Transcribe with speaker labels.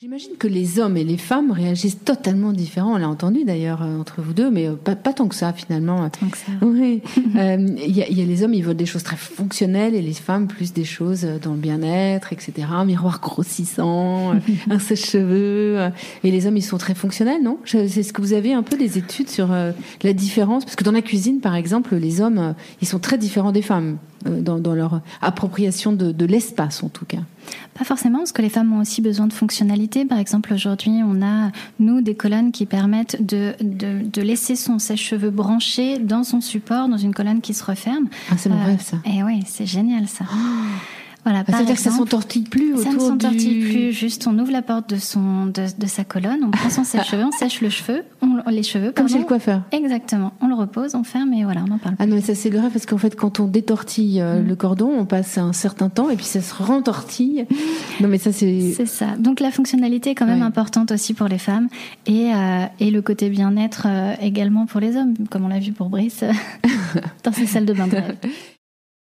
Speaker 1: J'imagine que les hommes et les femmes réagissent totalement différents. On l'a entendu d'ailleurs euh, entre vous deux, mais euh, pas, pas tant que ça finalement.
Speaker 2: Tant que ça.
Speaker 1: Oui. Euh, Il y, a, il y a les hommes, ils veulent des choses très fonctionnelles et les femmes plus des choses euh, dans le bien-être, etc. Un miroir grossissant, euh, un sèche-cheveux. euh, Et les hommes, ils sont très fonctionnels, non Je- C'est ce que vous avez un peu des études sur euh, la différence Parce que dans la cuisine, par exemple, les hommes, euh, ils sont très différents des femmes euh, dans, dans leur appropriation de, de l'espace, en tout cas.
Speaker 2: Pas forcément, parce que les femmes ont aussi besoin de fonctionnalité. Par exemple, aujourd'hui, on a, nous, des colonnes qui permettent de, de, de laisser son sèche-cheveux branché dans son support, dans une colonne qui se referme.
Speaker 1: Ah, c'est mon
Speaker 2: Euh,
Speaker 1: rêve, ça.
Speaker 2: Et oui, c'est génial, ça. Voilà,
Speaker 1: Ah, ça
Speaker 2: par
Speaker 1: veut dire que ça
Speaker 2: exemple,
Speaker 1: s'entortille plus
Speaker 2: Ça
Speaker 1: autour
Speaker 2: ne s'entortille
Speaker 1: du...
Speaker 2: plus, juste on ouvre la porte de, son, de, de sa colonne, on prend son sèche-cheveux, on sèche le cheveu, on, le- les cheveux.
Speaker 1: Comme chez
Speaker 2: pardon.
Speaker 1: le coiffeur.
Speaker 2: Exactement, on le repose, on ferme et voilà, on en parle.
Speaker 1: Ah non, mais ça c'est le rêve parce qu'en fait quand on détortille euh,
Speaker 2: Mm.
Speaker 1: le cordon, on passe un certain temps et puis ça se rentortille. Non mais ça c'est
Speaker 2: C'est ça. Donc la fonctionnalité est quand même
Speaker 1: Ouais.
Speaker 2: importante aussi pour les femmes et, euh, et le côté bien-être euh, également pour les hommes, comme on l'a vu pour Brice euh, dans ses salles de bain. de rêve.